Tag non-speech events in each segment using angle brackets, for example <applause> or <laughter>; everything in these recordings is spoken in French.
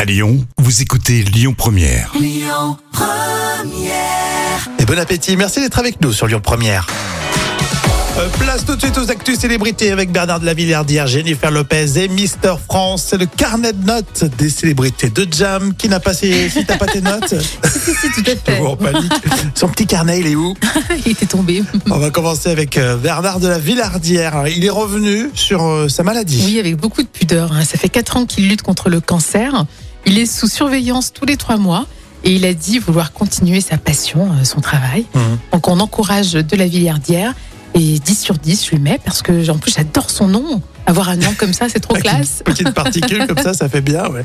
À Lyon, vous écoutez Lyon Première. Et bon appétit, merci d'être avec nous sur Lyon Première. Euh, Place tout de suite aux actus célébrités avec Bernard de la Villardière, Jennifer Lopez et Mister France. C'est le carnet de notes des célébrités de Jam qui n'a pas ses, si t'as pas tes <laughs> notes, Si, si, tout à fait. toujours en panique. Son petit carnet, il est où <laughs> Il était tombé. On va commencer avec euh, Bernard de la Villardière. Alors, Il est revenu sur euh, sa maladie. Oui, avec beaucoup de pudeur. hein. Ça fait 4 ans qu'il lutte contre le cancer. Il est sous surveillance tous les 3 mois. Et il a dit vouloir continuer sa passion, euh, son travail. Mhm. Donc on encourage de la Villardière. Et 10 sur 10, je lui mets parce que en plus j'adore son nom. Avoir un nom comme ça, c'est trop Avec classe. Une petite particule comme ça, ça fait bien, ouais.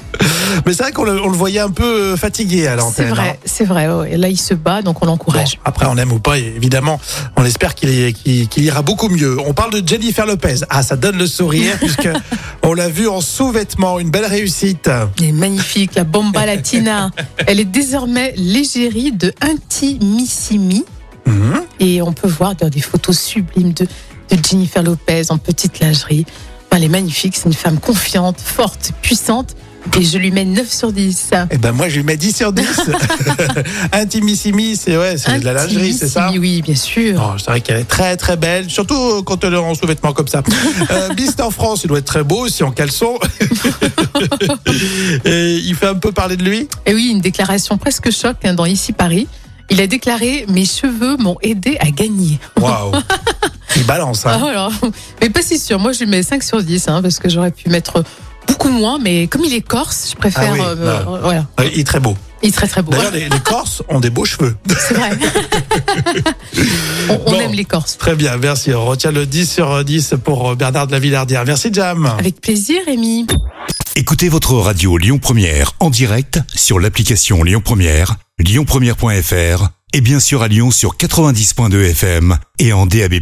Mais c'est vrai qu'on le, on le voyait un peu euh, fatigué à C'est l'antenne. hein. vrai, c'est vrai. ouais. Et là, il se bat, donc on Bon, l'encourage. après, on aime ou pas, évidemment, on espère qu'il est- qu'il- qu'il ira beaucoup mieux. On parle de Jennifer Lopez. Ah, ça donne le sourire, puisque on l'a vu en sous-vêtements, une belle réussite. Elle est magnifique, la <laughs> bomba latina. Elle est désormais l'égérie de Intimissimi. Mhm. Et on peut voir dans des photos sublimes de, de Jennifer Lopez en petite lingerie. Enfin, elle est magnifique, c'est une femme confiante, forte, puissante. Et je lui mets 9 sur 10. Eh ben, moi, je lui mets 10 sur 10. Intimissimi, c'est ouais, c'est de la lingerie, c'est ça? Ah. Intimissimi, Oui, bien sûr. Non, c'est vrai qu'elle est très très belle, surtout euh, quand elle est en sous-vêtements comme ça. Euh, Beast en France, il doit être très beau aussi en caleçon. Et il fait un peu parler de lui. Et oui, une déclaration presque choc hein, dans Ici Paris. Il a déclaré Mes cheveux m'ont aidé à gagner. Waouh! Il balance, hein. Ah, voilà. Mais pas si sûr. Moi, je lui mets 5 sur 10 hein, parce que j'aurais pu mettre beaucoup moins. Mais comme il est corse, je préfère. Ah oui, euh, non. voilà. Euh, Il est très beau. Il est très très beau. D'ailleurs, les, les Corses ont des beaux cheveux. <laughs> <laughs> C'est vrai. on on Bon. aime les Corses. Très bien, merci. On retient le 10 sur 10 pour Bernard de la Villardière. Merci, Jam. Avec plaisir, Rémi. Écoutez votre radio Lyon Première en direct sur l'application Lyon Première, lyonpremière.fr et bien sûr à Lyon sur 90.2 FM et en DAB+.